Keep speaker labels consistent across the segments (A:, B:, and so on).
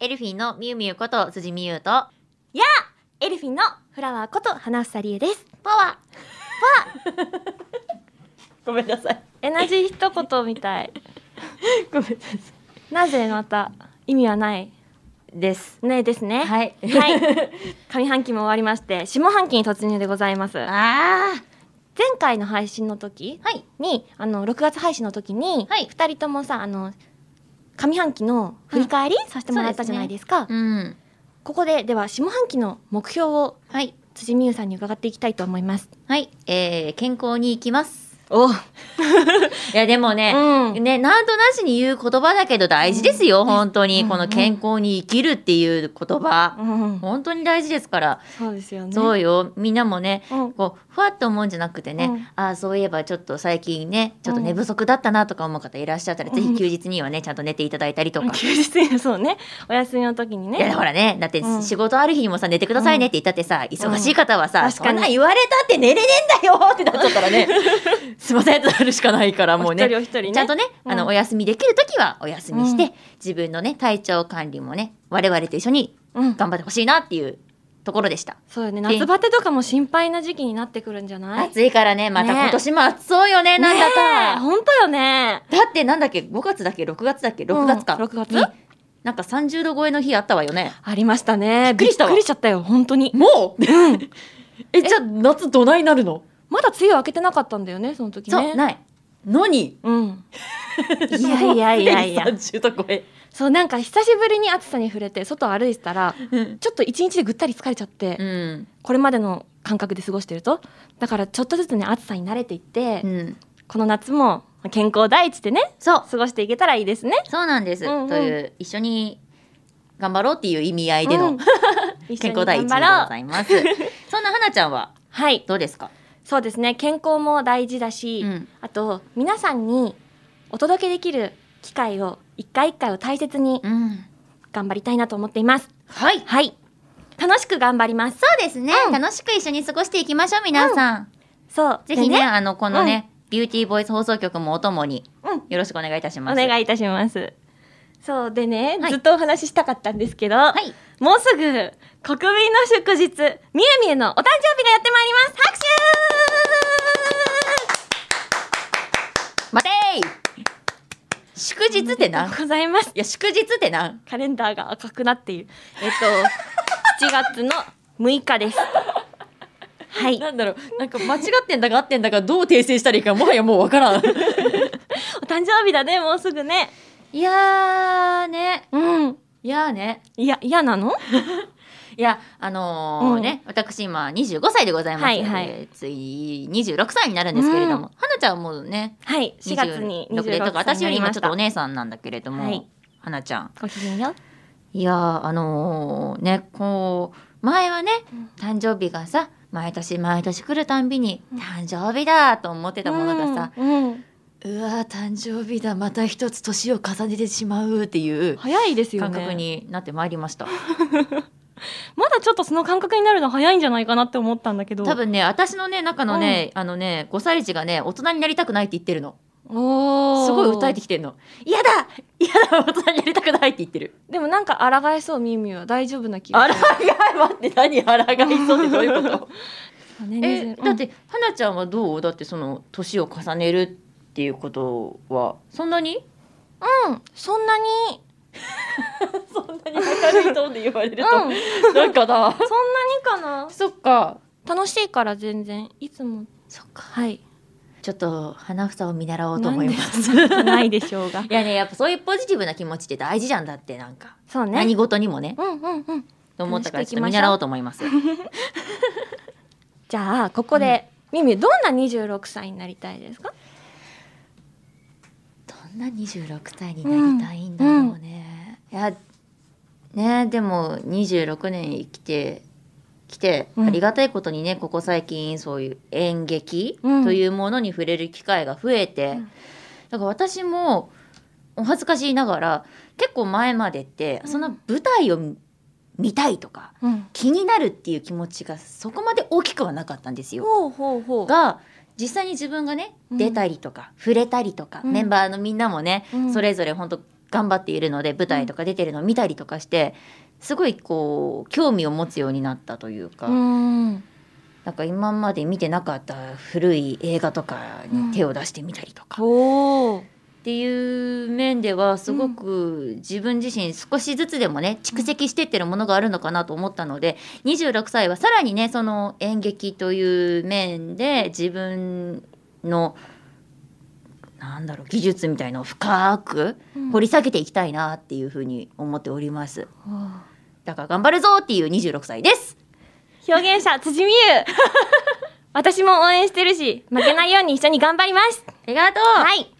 A: エルフィンのみゆみゆこと辻美優と
B: エルフィンのフラワーこと花房理恵です
A: パワーごめんなさい
B: エナジー一言みたい
A: ごめんなさ
B: なぜまた意味はない
A: いです
B: ねですねい、
A: はい
B: はい、上半期も終わりまして下半期に突入でございます前
A: あ
B: 回の配信の時
A: ーはい
B: にあの6月配信の時に、
A: はい
B: 2人ともさあの上半期の振り返り、させてもらったじゃないですか
A: うん
B: ここででは下半期の目標を
A: はい
B: 辻美優さんに伺っていきたいと思います
A: はい、えー、健康に行きます
B: お
A: いやでもね、
B: うん
A: ね、なんとなしに言う言葉だけど大事ですよ、本当に、
B: うん
A: この健康に生きるっていう言葉、
B: うん、
A: 本当に大事ですから、
B: そうですよね
A: そうよみんなもね
B: うん
A: こうふわっと思うんじゃなくてね、
B: うん
A: ああそういえばちょっと最近ねちょっと寝不足だったなとか思う方いらっしゃったら、
B: うん
A: ぜひ休日にはねちゃんと寝ていただいたりとか、
B: 休日にそうねお休みの時に
A: いや
B: ね
A: ほらねだって
B: うん
A: 仕事ある日にもさ寝てくださいねって言ったってさ忙しい方はさ、
B: うん確か
A: そ
B: に
A: んなん言われたって寝れねえんだよってなっちゃったらねすいませんってなるしかないからも
B: お
A: う
B: 一
A: ね
B: 人お一人ね
A: ちゃんとね、
B: うん
A: あのお休みできる時はお休みして、
B: うん
A: 自分のね体調管理もね我々と一緒に
B: うん
A: 頑張ってほしいなっていうところでした。
B: そうよね
A: 元気
B: 夏バテとかも心配な時期になってくるんじゃない
A: 暑いからねまた
B: ね
A: 今年も暑そうよねなんだか。
B: ねえ本当よね
A: だってなんだっけ5月だっけ6月だっけ6月か、
B: うん6月
A: になんか30度超えの日あったわよね
B: ありましたね
A: びっくりしたわ
B: びっくりしちゃったよ本当に
A: もう えじゃあ夏どないなるの
B: まだ梅雨明けてなかったんだよねその時ね
A: そうないのに
B: うん、いやいやいやいや
A: もうすでに30度超え
B: そうなんか久しぶりに暑さに触れて外歩いてたら
A: うん
B: ちょっと一日でぐったり疲れちゃって、
A: うん、
B: これまでの感覚で過ごしてるとだからちょっとずつね暑さに慣れていって、この夏も健康第一でね
A: そう
B: 過ごしていけたらいいですね
A: そうなんです、
B: うんうん
A: という一緒に頑張ろうっていう意味合いで
B: う
A: の
B: ん一 緒
A: 健
B: に
A: 康第一でご
B: 頑張ろ
A: ざいます、そんな花ちゃんは
B: うはい
A: どうですか、
B: そうですね健康も大事だし、
A: うん
B: あと皆さんにお届けできる機会を一回一回を大切に
A: うん、
B: 頑張りたいなと思っています
A: はい
B: はい楽しく頑張ります
A: そうですね、
B: うん
A: 楽しく一緒に過ごしていきましょう皆さん、
B: そう
A: ぜひね
B: で
A: あのこのね、ビューティーボイス放送局もおともに
B: うん
A: よろしくお願いいたしま
B: お
A: す。い
B: 願いいたしますそうでね、
A: はい
B: ずっとお話ししたかったんですけど、
A: はい、
B: もうすぐ国民の祝日みゆみゆのお誕生日がやってまいります拍手
A: 待てい祝日ってなんい
B: ございます
A: や祝日ってなん
B: カレンダーが赤くなっているえっと 7月の6日ですはい
A: なんだろうなんか間違ってんだか合ってんだかどう訂正したらいいかもはやもうわからん
B: お誕生日だねもうすぐね
A: いやーね
B: うん
A: いやーね
B: いや嫌なの
A: いやあのー
B: うん
A: ね私今25歳でございます、
B: はいはい
A: えーつい26歳になるんですけれども、はなちゃんはもうね
B: はい4月に26
A: 26でとか私より今ちょっとお
B: ね
A: 姉さんなんだけれども、
B: は
A: はいなちゃん
B: ごきげんよう
A: いやーあのーねこう前はね
B: うん
A: 誕生日がさ毎年毎年来るたんびに「誕生日だ!」と思ってたものがさ
B: うんうん
A: 「うわー誕生日だまた一つ年を重ねてしまう」っていう
B: 早いですよね
A: 感覚になってまいりました、
B: まだちょっとその感覚になるの早いんじゃないかなって思ったんだけど
A: 多分ね私のね中のね、あのね5歳児がね大人になりたくないって言ってるの
B: おー
A: すごい訴えてきてるの「嫌だ嫌だ大人になりたくない」って言ってる
B: でもなんか抗えそうみゆみゆは大丈夫な気が
A: あら いや待って何あらがいそうってどういうこと
B: そうね
A: え
B: 20
A: だって、はなちゃんはどうだってその年を重ねるっていうことはそんなに
B: うんうんそんなに
A: そんなに明るいトーンで言われる
B: うんそんなに
A: なんかな
B: かな
A: そっか
B: 楽しいから全然いつも
A: そっか
B: はい
A: ちょっと花房を見習おうと
B: な
A: 思
B: ん
A: い
B: で
A: ます
B: そんなことないでしょうが
A: いやねやっぱそういうポジティブな気持ちって大事じゃんだってなんか、
B: そうね
A: 何事にもね
B: うんうんうん
A: と思ったから
B: 楽し
A: ちょっ
B: くいき
A: と
B: ましょう
A: 見習おうと思います
B: じゃあここで、みみどんな26歳になりたいですか
A: どんな26歳になりたいんだろうね、いやねでも26年生きてきて
B: うん
A: ありがたいことにね、ここ最近そういう演劇
B: うん
A: というものに触れる機会が増えて、
B: うん
A: だから私もお恥ずかしいながら結構前までって
B: うん
A: その舞台を見たいとか
B: うん
A: 気になるっていう気持ちがそこまで大きくはなかったんですよ。
B: ほうほうほう
A: が実際に自分がね
B: うん
A: 出たりとか、触れたりとか、
B: うん
A: メンバーのみんなもね、
B: うん
A: それぞれ本当頑張っているので舞台とか出てるのを見たりとかしてすごいこう興味を持つようになったというか、
B: うん
A: なんか今まで見てなかった古い映画とかに手を出してみたりとか、っ
B: おー
A: ていう面ではすごく自分自身少しずつでもね蓄積してってるものがあるのかなと思ったので26歳はさらにねその演劇という面で自分のなんだろう技術みたいのを深く掘り下げていきたいなっていうふうに思っております。
B: おー
A: だから頑張るぞっていう26歳です。
B: 表現者辻美優 私も応援してるし負けないように一緒に頑張ります
A: ありがとう。
B: はい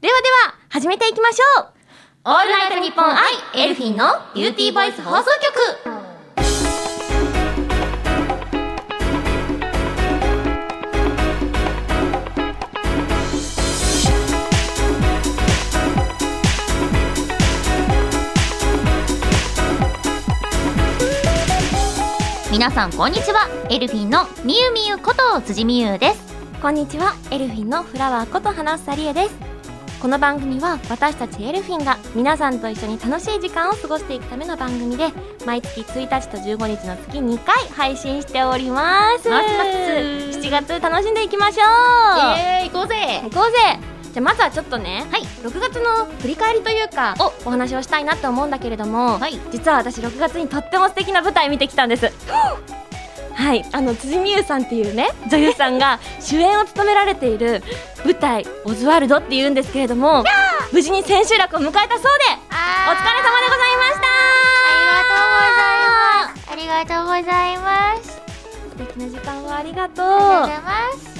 B: ではでは始めていきましょう
A: オールナイトニッポンアイエルフィンのビューティーボイス放送局皆さんこんにちはエルフィンのみゆみゆこと辻みゆです
B: こんにちはエルフィンのフラワーこと花房理恵ですこの番組は私たちエルフィンが皆さんと一緒に楽しい時間を過ごしていくための番組で毎月1日と15日の月2回配信しております
A: ますます
B: 7月楽しんでいきましょう
A: えー、行こうぜ
B: 行こうぜじゃあまずはちょっとね、
A: はい
B: 6月の振り返りというかおお話をしたいなって思うんだけれども、
A: はい
B: 実は私6月にとっても素敵な舞台見てきたんです はいあの辻美優さんっていうね女優さんが主演を務められている舞台「オズワルド」っていうんですけれども無事に千秋楽を迎えたそうでお疲れ様でございました
C: ありがとうございます。ありがとうございます。
B: ざいます素敵な時間をありがと
C: ありがとうご
B: う
C: ざいます。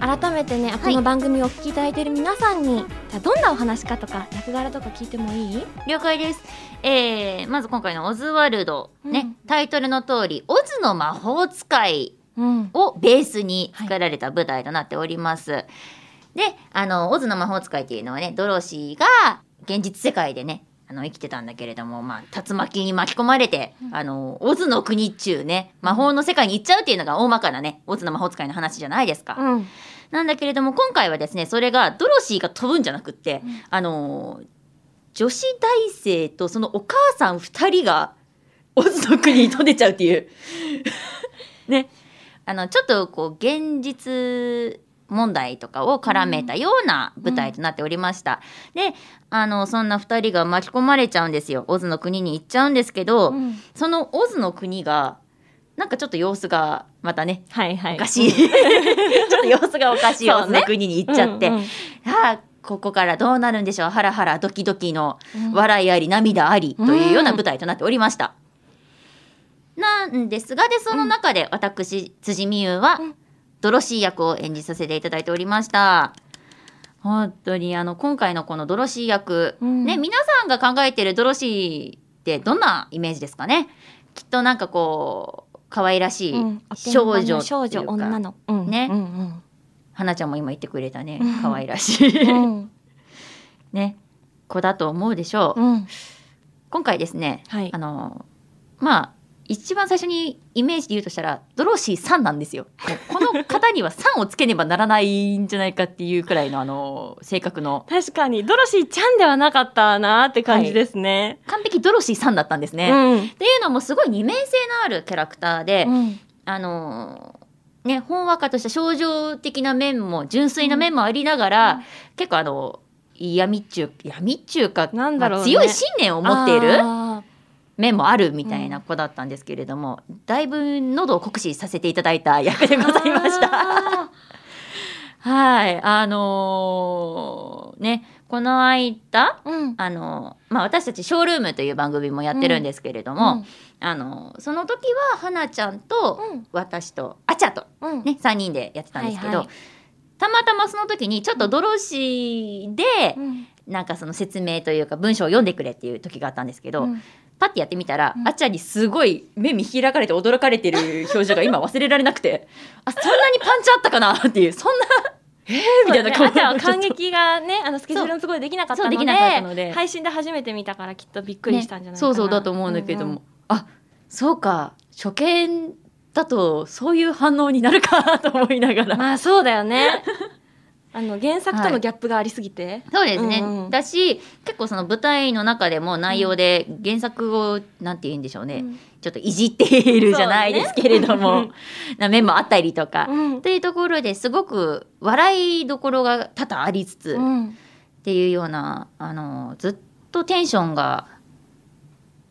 B: 改めてね、この番組をお聞きいただいている皆さんにじゃあどんなお話かとか役柄とか聞いてもいい
A: 了解です。えー、まず今回のオズワルド、ね、
B: うん
A: タイトルの通り、オズの魔法使い
B: うん
A: をベースに作られた舞台となっております。で、あの、オズの魔法使いっていうのはね、ドロシーが現実世界でね、あの、生きてたんだけれども、まあ、竜巻に巻き込まれて、あの、オズの国っちゅうね、魔法の世界に行っちゃうっていうのが大まかなね、オズの魔法使いの話じゃないですか。
B: うん
A: なんだけれども今回はですねそれがドロシーが飛ぶんじゃなくって、あのー女子大生とそのお母さん2人がオズの国に飛んでっちゃうっていう ねあのちょっとこう現実問題とかを絡めたような舞台となっておりました、であのそんな2人が巻き込まれちゃうんですよオズの国に行っちゃうんですけど、
B: うん
A: そのオズの国がなんかちょっと様子がまたね
B: はいはい
A: おかしい ちょっと様子がおかしい
B: そう
A: 様
B: ね
A: 子の国に行っちゃって、
B: うんうん
A: ああここからどうなるんでしょうハラハラドキドキの
B: うん
A: 笑いあり涙ありというような
B: うん
A: 舞台となっておりました。なんですがでその中で私辻美優は
B: うん
A: ドロシー役を演じさせていただいておりました。本当にあの今回のこのドロシー役、
B: うん
A: ね皆さんが考えてるドロシーってどんなイメージですかねきっとなんかこう可愛らしい
B: うんお手
A: 少
B: 玉
A: 女っ
B: の
A: てい
B: 少
A: うか
B: 女女の、うん、
A: ね
B: うん
A: 花ちゃんも今言ってくれたね
B: うん
A: 可愛らしい、
B: うん
A: ね子だと思うでしょう、
B: うん
A: 今回ですね、
B: はい
A: あのまあ一番最初にイメージで言うとしたらドロシーさんなんですよもうこの方にはさんをつけねばならないんじゃないかっていうくらいのあの性格の
B: 確かにドロシーちゃんではなかったなって感じですね、
A: 完璧ドロシーさんだったんですね、っ
B: うん
A: ていうのもすごい二面性のあるキャラクターで、
B: うん
A: あのね、本和歌とした症状的な面も純粋な面もありながら、結構あの闇っちゅう闇っちゅうか
B: なんだろうね
A: まあ強い信念を持っている
B: あ
A: 面もあるみたいな子だったんですけれども、だいぶ喉を酷使させていただいた役でご
B: ー
A: ざいました。
B: あ
A: はいあのーねこの間
B: ーうん
A: あのーまあ、私たち「ショールーム」という番組もやってるんですけれども、あのーその時は花ちゃんと
B: うん
A: 私とあちゃと
B: うんうん
A: ね、3人でやってたんですけど、
B: はいはい
A: たまたまその時にちょっとドロシーで
B: うん
A: なんかその説明というか文章を読んでくれっていう時があったんですけど、
B: うん
A: パッてやってみたら、
B: うん
A: あっちゃんにすごい目見開かれて驚かれてる表情が今忘れられなくてあそんなにパンチあったかなっていうそんな えーみたいな
B: そう
A: 顔
B: だねあちゃんは感激がねあのスケジュールのすごいできなかったので
A: そうできなかったので
B: 配信で初めて見たからきっとびっくりしたんじゃないかな、
A: ねそうそうだと思うんだけども、あそうか初見だとそういう反応になるかと思いなが
B: うんうん
A: ら。
B: まあそうだよねあの原作とのギャップがありすぎて、
A: そうですね、
B: うんうん
A: だし結構その舞台の中でも内容で原作をなんて言うんでしょうね、
B: うん
A: ちょっといじっているじゃないですけれど
B: そう
A: も、
B: ね
A: な面もあったりとか、
B: うん
A: というところですごく笑いどころが多々ありつつ、っ
B: うん
A: ていうようなあのずっとテンションが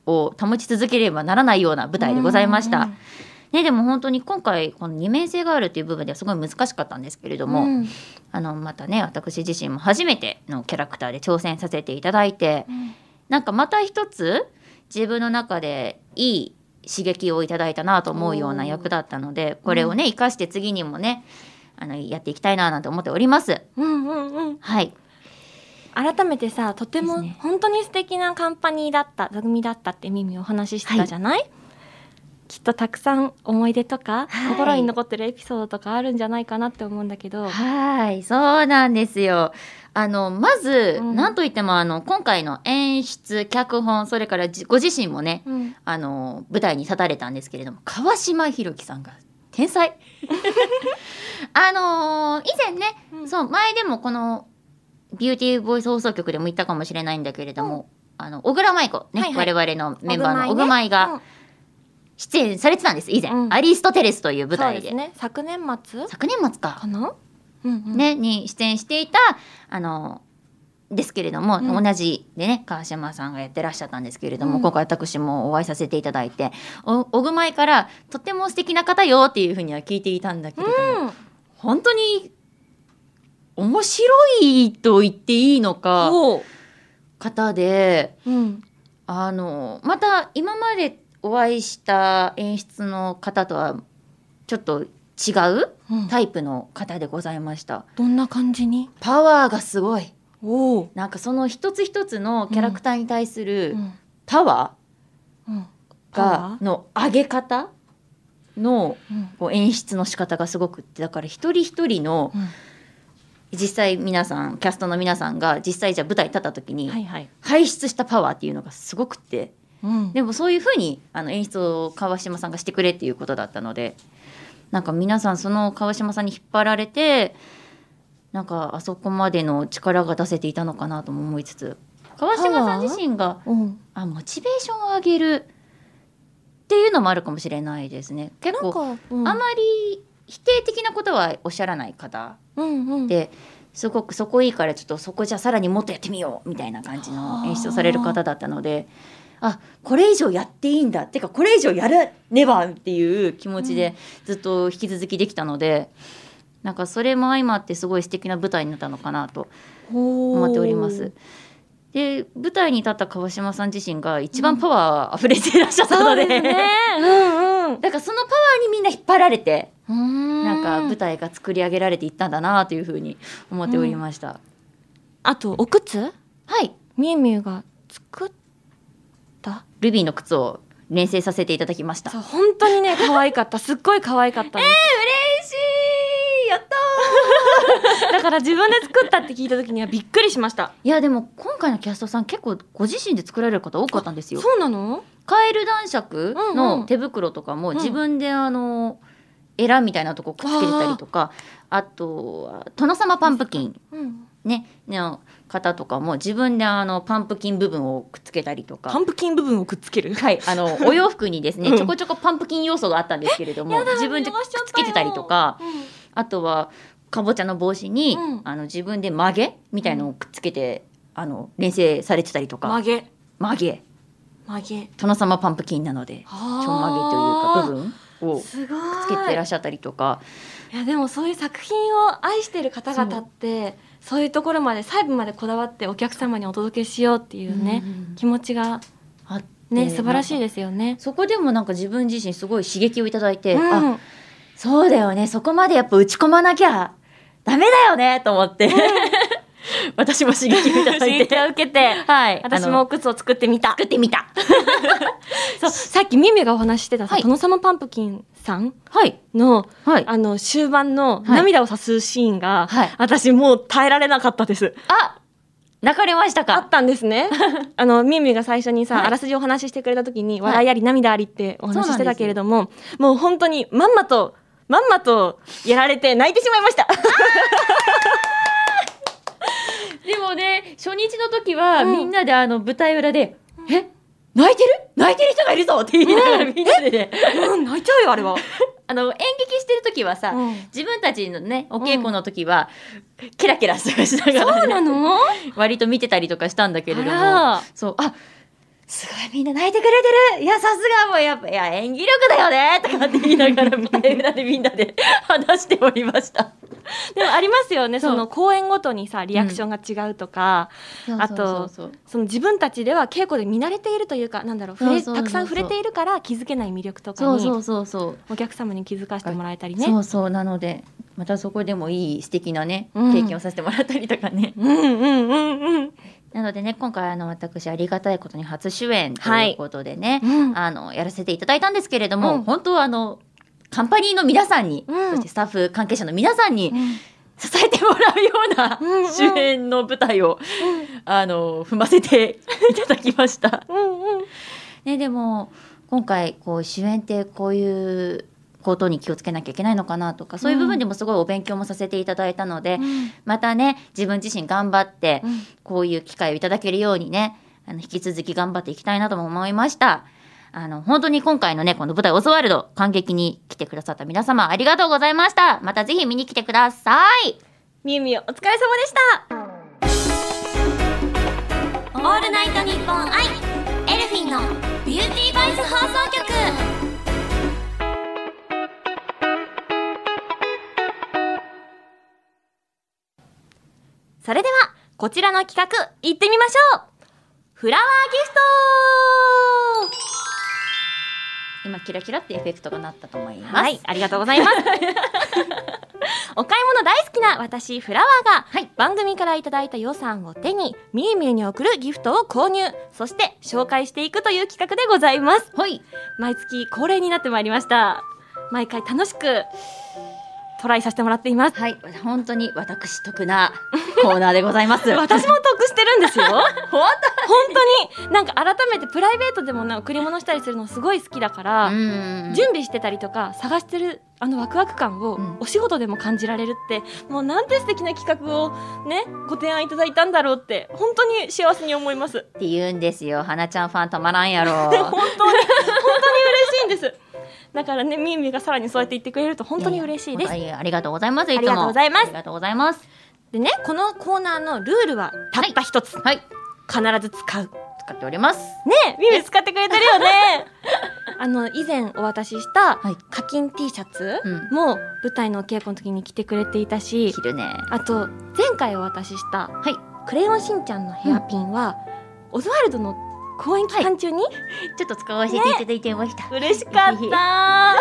A: を保ち続ければならないような舞台でございました。
B: うん
A: ね、でも本当に今回この二面性があるという部分ではすごい難しかったんですけれども、
B: うん
A: あのまたね私自身も初めてのキャラクターで挑戦させていただいて、
B: ん
A: なんかまた一つ自分の中でいい刺激をいただいたなと思うような役だったのでこれをね生かして次にもねあのやっていきたいななんて思っております。
B: うんうんうん
A: はい、
B: 改めてさとても
A: ですね
B: 本当に素敵なカンパニーだった座組だったってミミお話ししてたじゃない、きっとたくさん思い出とか、
A: はい
B: 心に残ってるエピソードとかあるんじゃないかなって思うんだけど、
A: はいそうなんですよあのまず、
B: うん
A: なんといってもあの今回の演出脚本それからじご自身もね
B: うん
A: あの舞台に立たれたんですけれども川島裕樹さんが天 才あのー以前ね、
B: うん
A: そう前でもこの「ビューティーボイス放送局」でも言ったかもしれないんだけれども、あの小倉舞子、ね
B: はいはい
A: 我々のメンバーの
B: お
A: 小
B: ぐ
A: 倉
B: まい
A: 舞
B: ねう
A: が
B: ん
A: 出演されてたんです以前、
B: うん
A: アリストテレス」という舞
B: そう
A: 台
B: で
A: です
B: ね昨年末
A: 昨年末か
B: か、な、うんうん、
A: ね、に出演していたあのですけれども、
B: うん
A: 同じでね川島さんがやってらっしゃったんですけれども、
B: うん
A: 今回私もお会いさせていただいてお小熊井からとても素敵な方よっていうふうには聞いていたんだけれども、
B: うん
A: 本当に面白いと言っていいのか
B: おう
A: 方で
B: うん
A: あのまた今までお会いした演出の方とはちょっと違う
B: うん
A: タイプの方でございました。
B: どんな感じに
A: パワーがすごい
B: おお、
A: なんかその一つ一つのキャラクターに対す
B: う
A: る
B: ん
A: パワ
B: うん、
A: ーがの上げ方の
B: うん
A: こう演出の仕方がすごくってだから一人一人の
B: う
A: 実際皆さんキャストの皆さんが実際じゃあ舞台立った時
B: ん、は
A: に
B: いはい、
A: 排出したパワーっていうのがすごくって
B: うん、
A: でもそういうふうにあの演出を川島さんがしてくれっていうことだったのでなんか皆さんその川島さんに引っ張られてなんかあそこまでの力が出せていたのかなとも思いつつ川島さん自身が
B: うん、
A: あモチベーションを上げるっていうのもあるかもしれないですね結
B: なん
A: 構
B: か、うん、
A: あまり否定的なことはおっしゃらない方
B: うんうん、
A: ですごくそこいいからちょっとそこじゃさらにもっとやってみようみたいな感じの演出をされる方だったのであこれ以上やっていいんだってかこれ以上やらねばっていう気持ちでずっと引き続きできたので、なんかそれも相まってすごい素敵な舞台になったのかなと
B: 思
A: 思っております。で舞台に立った川島さん自身が一番パワー溢れていらっしゃった
B: そ
A: の
B: う
A: で,、
B: です ね。うんうん。
A: だからそのパワーにみんな引っ張られて
B: な
A: なんか舞台が作り上げられていったんだなというふうに思っておりました。
B: あとお靴
A: はい
B: みゆみゆが作った
A: ルビーの靴を連成させていただきました。
B: そう本当にね可愛かったすっごい可愛かったの、
A: 嬉しいやった
B: だから自分で作ったって聞いた時にはびっくりしました
A: いやでも今回のキャストさん結構ご自身で作られる方多かったんですよ。
B: そうなの
A: カエル男爵
B: うんうん
A: の手袋とかも
B: うん
A: 自分であの、エラみたいなとこくっつけてたりとかあとは殿様パンプキン、
B: うん
A: ね、の方とかも自分であのパンプキン部分をくっつけたりとか
B: パンプキン部分をくっつける
A: はい、あのお洋服にです
B: う
A: ね
B: ん
A: ちょこちょこパンプキン要素があったんですけれども
B: やだ
A: 自分でくっつけてたりとかあとはかぼちゃの帽子に、
B: うん
A: あの自分で曲げみたいのをくっつけて、あの連成されてたりと
B: 曲
A: か
B: げ
A: 曲げ
B: 曲げ
A: 殿様パンプキンなのでちょん曲げというか部分をくっ
B: すごい
A: つけてらっしゃったりとか
B: いやでもそういう作品を愛してる方々ってそういうところまで細部までこだわってお客様にお届けしようっていうね、
A: うん
B: 気持ちが
A: あって
B: ね、素晴らしい
A: なんか
B: ですよね。
A: そこでもなんか自分自身すごい刺激をいただいて、
B: うん
A: あそうだよねそこまでやっぱ打ち込まなきゃダメだよねと思って、 私も刺激をいただ
B: 刺
A: い
B: 激
A: て
B: を受けて、
A: はい
B: 私
A: あ
B: も
A: の
B: 靴を作ってみた
A: 作。ってみた
B: そう、さっきミミがお話ししてたさ、
A: はい
B: 殿様パンプキンさん
A: はい
B: の、
A: はい
B: あの、終盤の
A: はい
B: 涙をさすシーンが、
A: はい
B: 私もう耐えられなかったです。
A: あ泣かれました
B: あ
A: か
B: ったんですね。あの、ミミが最初にさ、
A: はい
B: あらすじをお話ししてくれた時に、
A: はい
B: 笑いあり涙ありってお話ししてたけれども、もう本当にまんまと、まんまとやられて泣いてしまいました。
A: でもね初日の時は、
B: うん
A: みんなであの舞台裏で「え泣いてる泣いてる人がいるぞ!」って言いながらみんなでね、
B: うん、泣いちゃうよ、あれは。
A: あの演劇してる時はさ、自分たちのねお稽古の時は、ケラケラしなが
B: そう
A: ら、
B: な
A: ね、
B: の
A: 割と見てたりとかしたんだけれども
B: あら
A: そうあすごいみんな泣いてくれてるいやさすがもうやっぱいや演技力だよねとかって言いなが ら舞台裏でみんなで話しておりました。
B: でもありますよね、
A: そう
B: その公演ごとにさ、リアクションが違うとか、あと
A: そうそうそう
B: その自分たちでは稽古で見慣れているというか、なんだろう、触れ
A: そうそうそうそう
B: たくさん触れているから気づけない魅力と
A: そ
B: か
A: うそ
B: に、
A: うそうそう
B: お客様に気づかせてもらえたりね。
A: そうそうなのでまたそこでもいい素敵なね
B: うん
A: 経験をさせてもらったりとかね、
B: うんうんうんうん。
A: なのでね今回あの私ありがたいことに初主演と
B: はい
A: いうことでね、
B: うん
A: あのやらせていただいたんですけれども、
B: うん
A: 本当はあのカンパニーの皆さんに、
B: うん
A: そしてスタッフ関係者の皆さんに支えてもらうような
B: うんうん
A: 主演の舞台を、あの踏ませていただきました。
B: うんうん。
A: ね、でも今回こう主演ってこういうことに気をつけなきゃいけないのかなとかそういう部分でもすごいお勉強もさせていただいたので、またね自分自身頑張って
B: うん
A: こういう機会をいただけるようにねあの引き続き頑張っていきたいなとも思いました。あの本当に今回のねこの舞台「オズワルド」感激に来てくださった皆様ありがとうございましたまたぜひ見に来てください
B: みゆみゆお疲れ様でしたオールナイトニッポンアイエルフィンのビューティーバイス放送局それではこちらの企画行ってみましょうフラワーギフト
A: 今キラキラってエフェクトがなったと思います、
B: はい、ありがとうございます。 お買い物大好きな私、フラワーが、
A: はい
B: 番組からいただいた予算を手に、みゆみゆに送るギフトを購入、そして紹介していくという企画でございます。
A: ほい
B: 毎月恒例になってまいりました。毎回楽しく、トライさせてもらっています。
A: はい本当に私得なコーナーでござい ます
B: 私も得してるんですよ。
A: 本
B: 本当に、なんか改めてプライベートでもな贈り物したりするのすごい好きだから、
A: 当うん
B: 準備してたりとか探してるあのワクワク感を
A: うん
B: お仕事でも感じられるって、もうなんて素敵な企画をねご提案いただいたんだろうって本当に幸せに思います
A: って言うんですよ花ちゃんファンたまらんやろ
B: 本当に本当に嬉しいんですだからねみゆみゆがさらにそうやって言ってくれると本当に嬉しいです
A: ややありがとうございますいつも
B: ありがとうございます
A: ありがとうございます
B: でねこのコーナーのルールはたった一つ、
A: はい
B: 必ず使う
A: 使っております
B: ねみゆみゆ使ってくれてる よねあの以前お渡しした
A: はい
B: 課金 T シャツ
A: うん
B: も舞台のお稽古の時に着てくれていたし、
A: 着るね
B: あと前回お渡しした
A: はい
B: 「クレヨンしんちゃん」のヘアピンは、オズワルドの公演期間中に、
A: ちょっと使わせていただいてま した、
B: 嬉しかった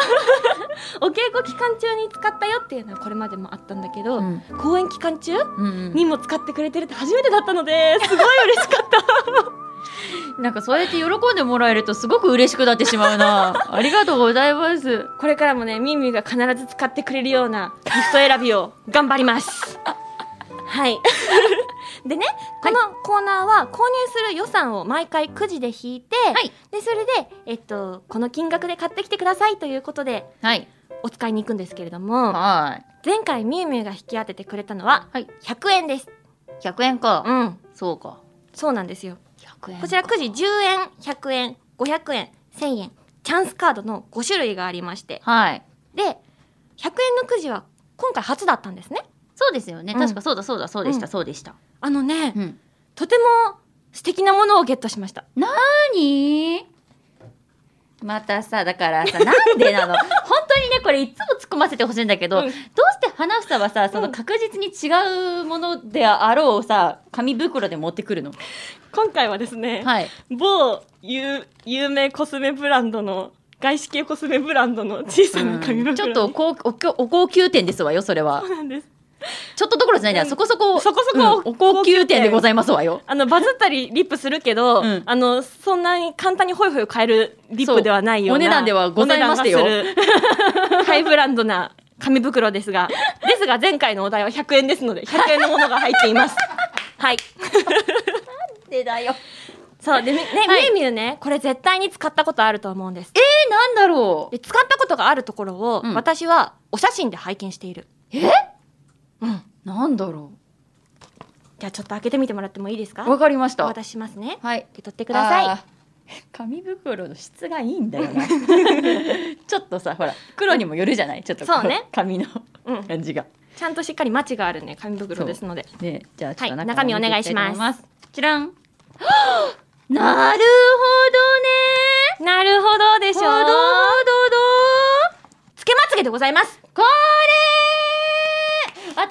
B: お稽古期間中に使ったよっていうのはこれまでもあったんだけど、
A: うん
B: 公演期間中
A: うん
B: にも使ってくれてるって初めてだったのですごい嬉しかった
A: なんかそうやって喜んでもらえるとすごく嬉しくなってしまうな ありがとうございます
B: これからもねみみが必ず使ってくれるようなギフト選びを頑張りますはい でねこのコーナーは購入する予算を毎回くじで引いて、
A: はい
B: でそれで、えっと、この金額で買ってきてくださいということで
A: はい
B: お使いに行くんですけれども
A: は
B: 前回みゆみゆが引き当ててくれたのは
A: はい
B: 100円です、
A: い100円か、
B: うん
A: そうか
B: そうなんですよ
A: 100円
B: こちらくじ10円100円500円1000円チャンスカードの5種類がありまして
A: はい
B: で100円のくじは今回初だったんですね
A: そうですよね
B: うん
A: 確かそうだそうだそうでした、
B: うん
A: そうでした、
B: あのね、
A: うん、
B: とても素敵なものをゲットしました
A: 何またさだからさなんでな の本当にねこれいつも突っ込ませてほしいんだけど、
B: うん
A: どうして花房はさその確実に違うものであろうさ紙袋で持ってくるの
B: 今回はですね
A: はい
B: 某有有名コスメブランドの外資系コスメブランドの小さな紙袋、
A: うんちょっとお高お高お高級店ですわよそれは
B: そうなんです
A: ちょっとどころじゃないんだよ
B: うん
A: そこそこ
B: そこそこ
A: うんお高級店でございますわよ
B: あのバズった りリップするけど、
A: うん
B: あのそんなに簡単にホイホイ買えるリップではないよう
A: そ
B: な
A: うお値段ではございましてよ
B: お値段がす るハイブランドな紙袋ですがですが前回のお題は100円ですので100円のものが入っていますはい
A: でだよ
B: そうでみね、
A: はい
B: みゆみゆねこれ絶対に使ったことあると思うんです
A: えなんだろう
B: で使ったことがあるところを、
A: うん
B: 私はお写真で拝見している
A: なんだろう
B: じゃあちょっと開けてみてもらってもいいですか
A: わかりました。
B: お渡ししますね
A: はい。
B: 受け取ってください
A: あー。紙袋の質がいいんだよな。 ちょっとさ、ほら、黒にもよるじゃない、ちょっとこ
B: そうね
A: 紙の
B: うん、
A: 感じが。
B: ちゃんとしっかりマチがあるね紙袋ですので
A: ね、じゃあ、ちょっと
B: はい
A: 中身
B: 中身お願いします
A: 見てきたと思す。ちら ん。なる
B: なるほどでし
A: ほど
B: ょ
A: ね。ほどほどど。
B: つけまつげでございます
A: これー私がい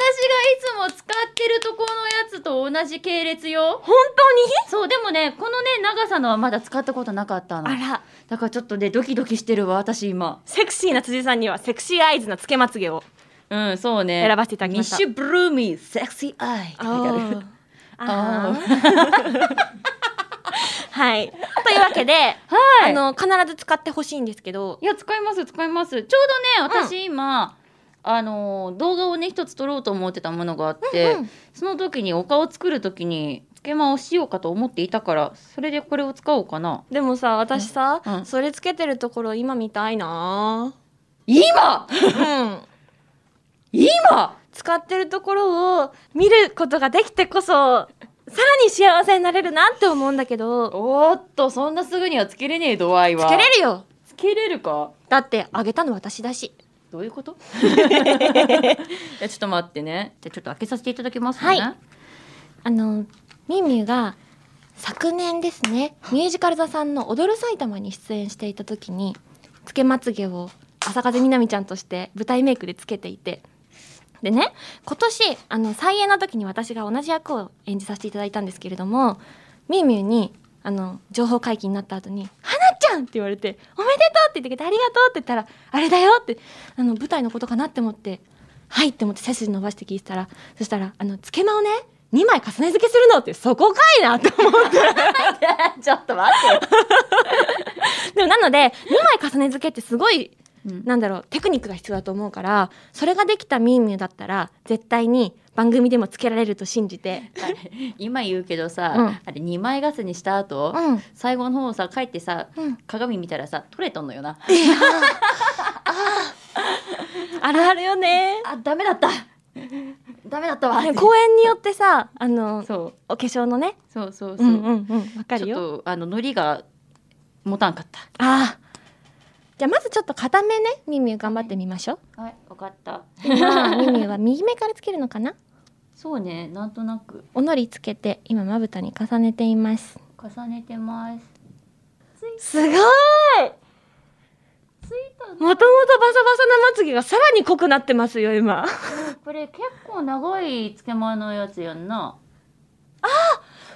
A: つも使ってるとこのやつと同じ系列よ。
B: 本
A: そう、でもね、このね、長さのはまだ使ったことなかったの
B: 当。にあら
A: だからちょっとね、ドキドキしてるわ、私今。
B: セクシーな辻さんにはセクシーアイズのつけまつげを
A: うん、そうね。
B: 選ばせていただきました
A: ミッシュブルーミー、セクシーアイって書いて ある。あ
B: あーはいというわけで、
A: はい。
B: あの必ず使ってほしいんですけど
A: いや、使います、使います。ちょうどね、私今、あのー動画をね一つ撮ろうと思ってたものがあって、
B: うんうん
A: その時にお顔作る時につけまをしようかと思っていたからそれでこれを使おうかな
B: でもさ私さ、
A: うん
B: それつけてるところ今見たいな
A: 今
B: うん
A: 今
B: 使ってるところを見ることができてこそさらに幸せになれるなって思うんだけど
A: おーっとそんなすぐにはつけれねえ度合いは
B: つけれるよ
A: つけれるか
B: だってあげたの私だし
A: どういうこと いやちょっと待ってねじゃあちょっと開けさせてい ただきますね、
B: はいあのみミュウが昨年ですねミュージカル座さんの「踊る埼玉」に出演していた時につけまつげを朝風みなみちゃんとして舞台メイクでつけていてでね今年あの再演の時に私が同じ役を演じさせていただいたんですけれどもみミュウにあの情報解禁になった後に「花ちゃん!」って言われて「おめでとう!」って言ってくれて「ありがとう!」って言ったら「あれだよ!」ってあの舞台のことかなって思ってはいって思って背筋伸ばして聞いてたらそしたらあのつけまをね2枚重ね付けするのってそこかいなって 思う
A: ちょっと待って、
B: でもなので2枚重ね付けってすごい
A: うん
B: なんだろうテクニックが必要だと思うからそれができたミーミューだったら絶対に番組でもつけられると信じて
A: あれ今言うけどさ、
B: うん
A: あれ2枚重ねした後、
B: うん
A: 最後の方さ帰ってさ、
B: うん
A: 鏡見たらさ取れとんのよな
B: あるあるよね
A: あダメだったダメだったわ
B: ね公演によってさあの
A: そう
B: お化粧のね
A: そうそうそうう、
B: んうんうんわかる
A: ち
B: よ
A: ょっとあのノリが持たんかっ
B: あーじゃあまずちょっと片目ねミーミュー頑張ってみま しょう
A: たはい分かった
B: 今ミーミューは右目からつけるのかな
A: そうねなんとなく
B: おのりつけて今まぶたに重ねています
A: 重ねてます
B: すごい
A: ついた
B: もともとバサバサなまつげがさらに濃くなってますよ 今
A: これ結構長いつけまのやつやんな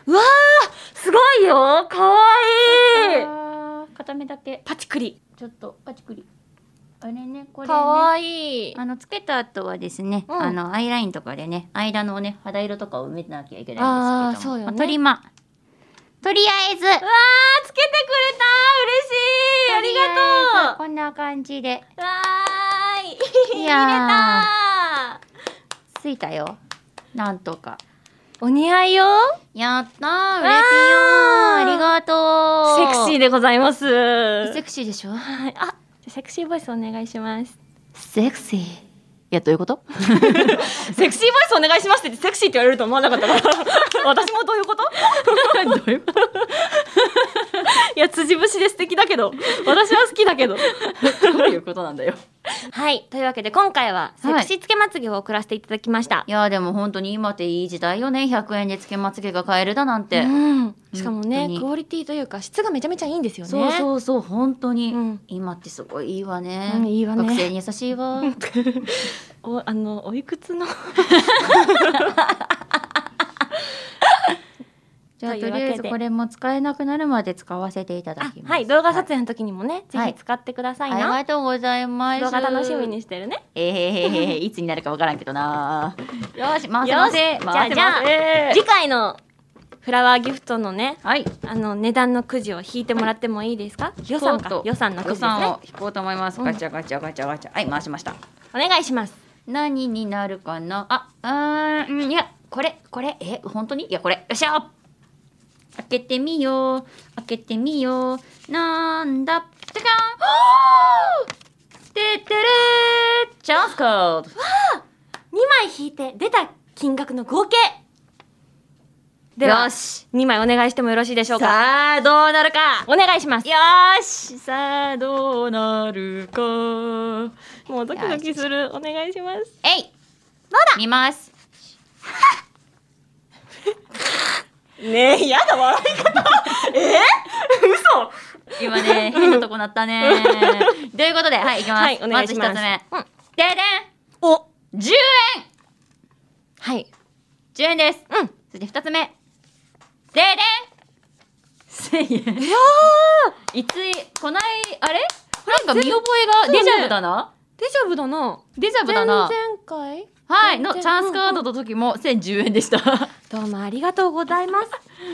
B: うわーすごいよかわい
A: あー片目だけ
B: パチクリ
A: ちょっとパチクリあれねこれね
B: かわいい
A: あのつけた後はですね、
B: うん
A: あのアイラインとかでね間のね肌色とかを埋めなきゃいけないん
B: あ
A: です
B: ー
A: け
B: そ
A: ど
B: う
A: もま
B: よね
A: あトリマとりあえず
B: わーつけてくれた嬉しいありがと
A: こんな感じで
B: うわーい
A: いや
B: 入れ
A: ついたよなんとか
B: たお似合いよ
A: やったー
B: わー
A: 売れてよーありがと
B: セ
A: う
B: クシーでございます
A: セクシーでしょ
B: はいあじゃあセクシーボイスお願いします
A: セクシーいやどういうこと
B: セクシーボイスお願いしますって言ってセクシーって言われると思わなかったから 私もどういうこと
A: どういうこと
B: いや辻節で素敵だけど私は好きだけど
A: どういうことなんだよ
B: はいというわけで今回はセクシーつけまつげを送らせていただきました、
A: いやーでも本当に今っていい時代よね100円でつけまつげが買えるだなんて、
B: うん、しかも
A: 本
B: ね
A: 当に
B: クオリティというか質がめちゃめちゃいいんですよね
A: そう そうそう本当に、
B: うん
A: 今ってすごいいいわね、
B: うんいいわね
A: 学生に優しい わ
B: おあのおいくつの
A: じゃあ
B: とい
A: と
B: うわけ
A: りあえ
B: で
A: ずこれも使えなくなるまで使わせていただ
B: あ
A: きます
B: はい動画撮影の時にもね、
A: は
B: ぜ
A: い
B: ひ使ってください
A: あり
B: な、
A: がとうございます
B: 動画楽しみにしてるね
A: えへへへへいつになるかわからんけど なよし回せ回
B: よし
A: せ
B: じゃあ
A: 回せ
B: じゃあ
A: 回せ
B: 次回のフラワーギフトのね
A: はい
B: あの値段のくじを引いてもらってもいいですか予算か予算のくじ
A: 予
B: ですね
A: 算を引こうと思いますガチャガチャガチャガチャはい回しました
B: お願いします
A: 何になるかなあうーんうんいやこれこれえ本当にいやこれよっしゃ開けてみよう開けてみようなんだじゃかんてってれーチャンスコード
B: 2枚引いて出た金額の合計では
A: よし
B: 2枚お願いしてもよろしいでしょうか
A: さあどうなるか
B: お願いします
A: よーしさあどうなるか
B: もうドキドキするお願いします
A: えいどうだ見ます
B: ねえやだ笑い方え嘘
A: 今ね変なとこなった ねということではい行きます、
B: はいお願いします
A: ず一つ目
B: うん
A: で
B: お
A: でん10円
B: はい
A: 10円です
B: うん
A: そして2つ目ででん1000円
B: いや
A: いついこないあれなんか見覚えがデジャブだな
B: デジャブだな
A: デジャブ
B: 前
A: だな
B: 々回
A: はい
B: 全
A: のチ
B: 然
A: ャンスカードの時も1010円でした
B: どうもありがとうございます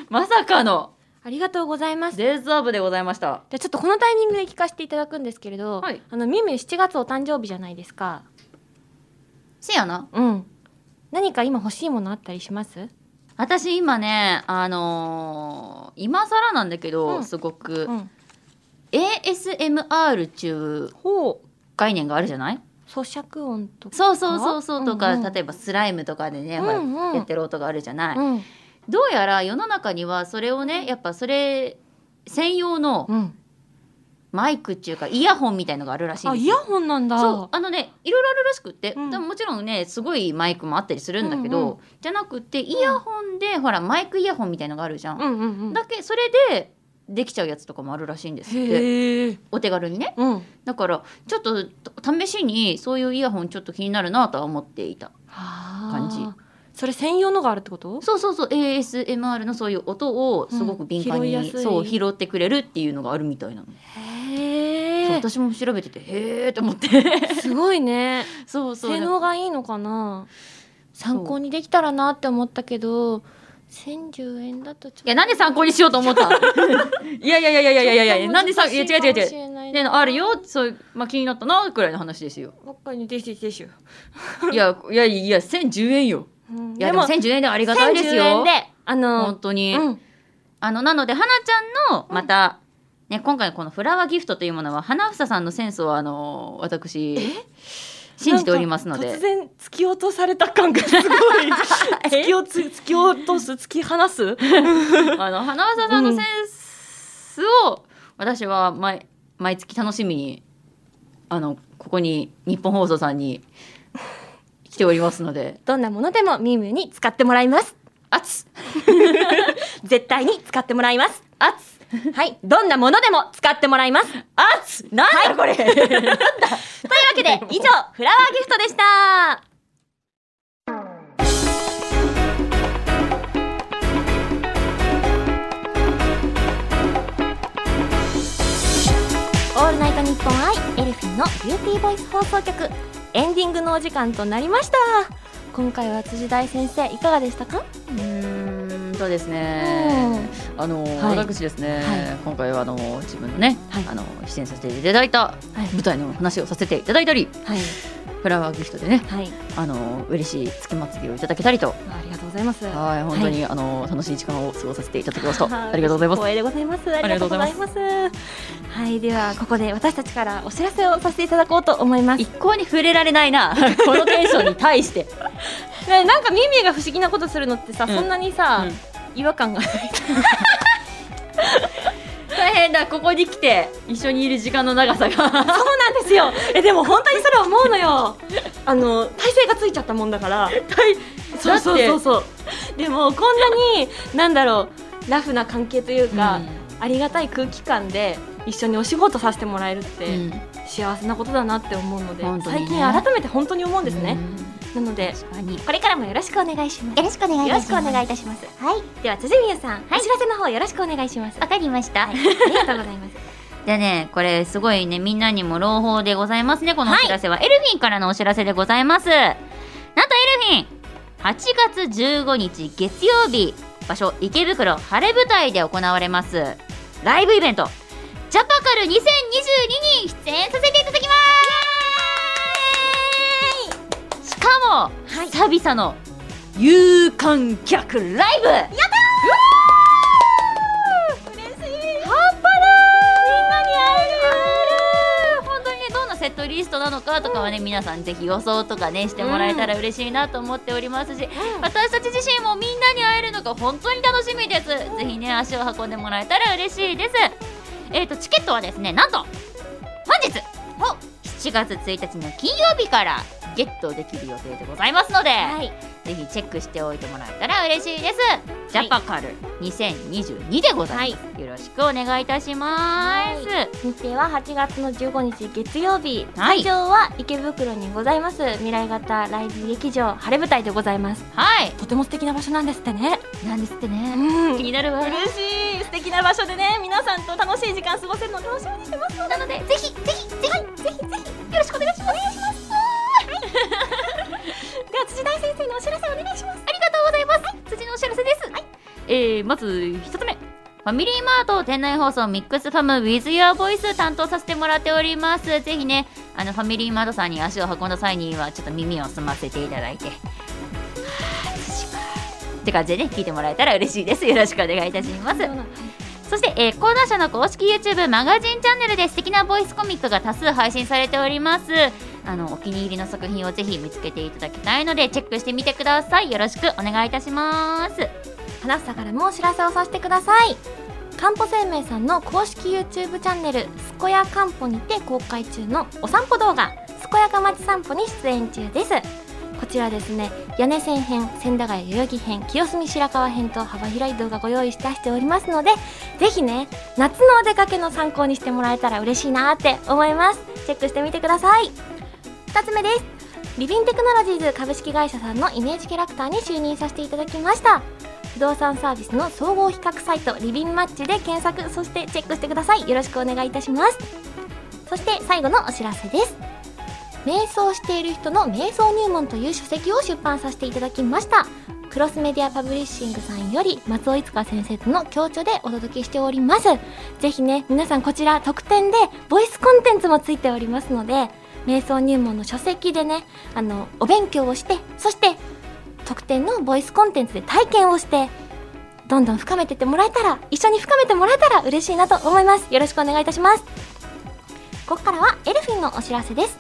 A: まさかの
B: ありがとうございます
A: デザーブでございました
B: じゃあちょっとこのタイミングで聞かせていただくんですけれど、
A: はい
B: あのみみ7月お誕生日じゃないですか
A: せやな
B: うん何か今欲しいものあったりします
A: 私今ねあのー、今更なんだけど、
B: うん
A: すごく、
B: ん
A: ASMR っちゅう
B: ほう
A: 概念があるじゃない
B: 咀嚼音とか
A: そうそうそうそうとか、
B: うんうん
A: 例えばスライムとかでね、
B: うんうん
A: ほらやってる音があるじゃない、
B: うん
A: どうやら世の中にはそれをねやっぱそれ専用の
B: うん
A: マイクっていうかイヤホンみたいのがあるらしいん
B: あ
A: です
B: イ
A: よ
B: ヤホンなんだ
A: そうあのねいろいろあるらしくって、
B: うん
A: でももちろんねすごいマイクもあったりするんだけど、
B: うんう
A: じゃなくてイヤホンで、ほらマイクイヤホンみたいのがあるじゃん、
B: うんうんうん
A: だけそれでできちゃうやつとかもあるらしいんですって
B: へえ
A: お手軽にね
B: うん
A: だからちょっと試しにそういうイヤホンちょっと気になるなとは思っていた
B: 感
A: じ
B: それ専用のがあるってこと
A: そうそうそう ASMR のそういう音をすごく敏感に、
B: うん拾いやすい
A: そう拾ってくれるっていうのがあるみたいなの、
B: へ
A: そう
B: え
A: 私も調べててへえと思 って
B: すごいね
A: そうそう
B: 性能がいいのかな参考にできたらなって思ったけど1010円だとちょっと
A: いやなんで参考にしようと思った いやいやいやいやいやいやいやなんでさいや違う違う違う
B: う
A: ね、あるよそういう、まあ、気になったなくらいの話ですよ
B: ばっかりにでしでし
A: いやいやいや1010円よいやでも1010円ではありがたいですよ
B: 1010円であの
A: 本当に、
B: うん
A: あのなので花ちゃんのまた、ね、今回このフラワーギフトというものは花房さんのセンスをあの私信じておりますの
B: なんか突
A: で
B: 然突き落とされた感がす ごい突き落つ突き落とす突き放す
A: あの花房さんのセンスを私は毎毎月楽しみにあのここに日本放送さんに来ておりますので
B: どんなものでもミームに使ってもらいます
A: 熱っ
B: 絶対に使ってもらいます
A: 熱っ
B: はいどんなものでも使ってもらいます
A: 熱っなんだこれ、
B: というわけで以上フラワーギフトでした「オールナイトニッポンアイエルフィンのビューティーボイス放送局」エンディングのお時間となりました今回は辻大先生いかがでしたか、
A: うーんそうです
B: う
A: ね
B: ん
A: あの、
B: はい
A: 私ですね、
B: は
A: 今回はあの自分のね、
B: はい
A: あの出演させていただいた
B: はい
A: 舞台の話をさせていただいたり
B: はい
A: フラワーギフトでね
B: はい
A: あの嬉しいつけまつげをいただけたりと
B: ありがとうございます
A: はい本当に、あの楽しい時間を過ごさせていただきま した
B: はい
A: ありがとうございます
B: 光栄でございます。ありがとうございます。はい、ではここで私たちからお知らせをさせていただこうと思います。
A: 一向に触れられない なこのテンションに対して
B: ね、なんかミミが不思議なことするのってさ、
A: うん
B: そんなにさ、
A: うん
B: 違和 感が。
A: 大変だここに来て一緒にいる時間の長さが
B: そうなんですよ。え、でも本当にそれ思うのよ。あの体勢がついちゃったもんだから。そうそうそうそう。でもこんなになんだろうラフな関係というか、ありがたい空気感で一緒にお仕事させてもらえるって。
A: うん
B: 幸せなことだなって思うので、
A: 本当にね
B: 最近改めて本当に思うんですね、
A: う
B: なので
A: ん確かに
B: これからもよろしくお願いします
C: よろしくお願いいたします。
B: よろしくお願いい
C: たします。はい、
B: では辻美優さん、お知らせの方よろしくお願いします
C: わ
B: あ
C: かりました。
B: りがとうございます
A: でね、これすごいね、みんなにも朗報でございますね、このお知らせは。エルフィンからのお知らせでございます。なんとエルフィン、8月15日月曜日、場所池袋晴れ舞台で行われます、ライブイベント、ジャパカル2022に出演させていただきますしかも、
B: はい
A: 久々の有観客ライブやったー嬉しい半端ないみんなに会える本当にねどんなセットイリストなのかとかはね、皆さんぜひ予想とかねしてもらえたら嬉しいなと思っておりますし、私たち自身もみんなに会えるのが本当に楽しみです、ぜひね足を運んでもらえたら嬉しいですえー、とチケットはですねなんと本日7月1日の金曜日からゲットできる予定でございますので、
B: はい、
A: ぜひチェックしておいてもらえたら嬉しいです。ジャパカル2022でございます。よろしくお願いいたします。
B: 日程は8月の15日月曜日、
A: はい
B: 会場は池袋にございます未来型ライブ劇場晴れ舞台でございます
A: はい、
B: とても素敵な場所なんですってね
A: なんですって
B: う
A: ね。
B: ん
A: 気になるわ。
B: 嬉しい素敵な場所でね皆さんと楽しい時間過ごせるの楽しみにしてますなのでぜひぜひぜひ、ぜひぜひよろしくお願いしますお願いしますでは辻大先生のお知らせお願いし
A: あ
B: ます
A: りがとうございます。辻のお知らせです。えーまず一つ目。ファミリーマート店内放送ミックスファム with your voice 担当させてもらっております。ぜひね、あのファミリーマートさんに足を運んだ際にはちょっと耳を澄ませていただいて。はぁ辻かって感じでね、聞いてもらえたら嬉しいです。よろしくお願いいたします。そして、えー、講談社の公式 YouTube マガジンチャンネルで素敵なボイスコミックが多数配信されておりますあのお気に入りの作品をぜひ見つけていただきたいのでチェックしてみてくださいよろしくお願いいたします
B: 花房からもお知らせをさせてくださいかんぽ生命さんの公式 YouTube チャンネル「すこやかんぽ」にて公開中のお散歩動画「すこやかまち散歩」に出演中ですこちらですね屋根線編千駄ヶ谷代々木編清澄白河編と幅広い動画ご用意して出しておりますのでぜひね夏のお出かけの参考にしてもらえたら嬉しいなって思いますチェックしてみてください2つ目ですリビンテクノロジーズ株式会社さんのイメージキャラクターに就任させていただきました不動産サービスの総合比較サイトリビンマッチで検索そしてチェックしてくださいよろしくお願いいたしますそして最後のお知らせです瞑想している人の瞑想入門という書籍を出版させていただきましたクロスメディアパブリッシングさんより松尾いつか先生との協調でお届けしておりますぜひね皆さんこちら特典でボイスコンテンツもついておりますので瞑想入門の書籍でねあのお勉強をしてそして特典のボイスコンテンツで体験をしてどんどん深めてってもらえたら一緒に深めてもらえたら嬉しいなと思いますよろしくお願いいたしますここからはエルフィンのお知らせです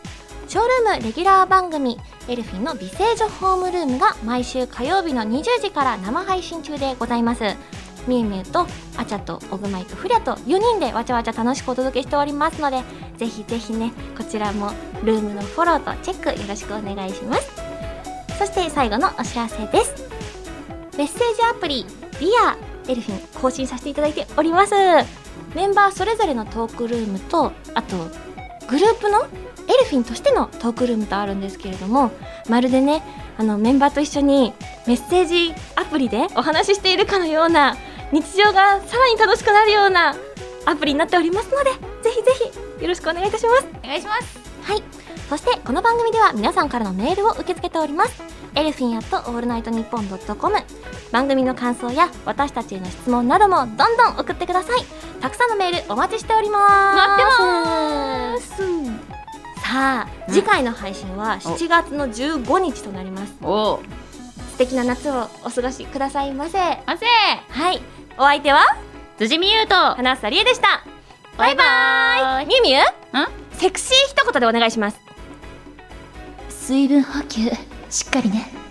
B: ショールームレギュラー番組エルフィンの美声女ホームルームが毎週火曜日の20時から生配信中でございますみゆみゆとあちゃとオグマイとフリャと4人でわちゃわちゃ楽しくお届けしておりますのでぜひぜひねこちらもルームのフォローとチェックよろしくお願いしますそして最後のお知らせですメッセージアプリ Dear エルフィン更新させていただいておりますメンバーそれぞれのトークルームとあとグループのエルフィンとしてのトークルームとあるんですけれどもまるでねあのメンバーと一緒にメッセージアプリでお話ししているかのような日常がさらに楽しくなるようなアプリになっておりますのでぜひぜひよろしくお願いいたします
A: お願いします
B: はい。そして、この番組では皆さんからのメールを受け付けております。エルフィンアットオールナイトニッポンドットコム。番組の感想や私たちへの質問などもどんどん送ってください。たくさんのメールお待ちしております。待ってます。さあ、
A: うん
B: 次回の配信は7月の15日となります。
A: おお
B: 素敵な夏をお過ごしくださいませ。は
A: 完成
B: い。お相手は、
A: 辻美優とバ
B: 花さりえでした。バイバイ。みゆみゆんセクシー一言でお願いします。
A: 水分補給しっかりね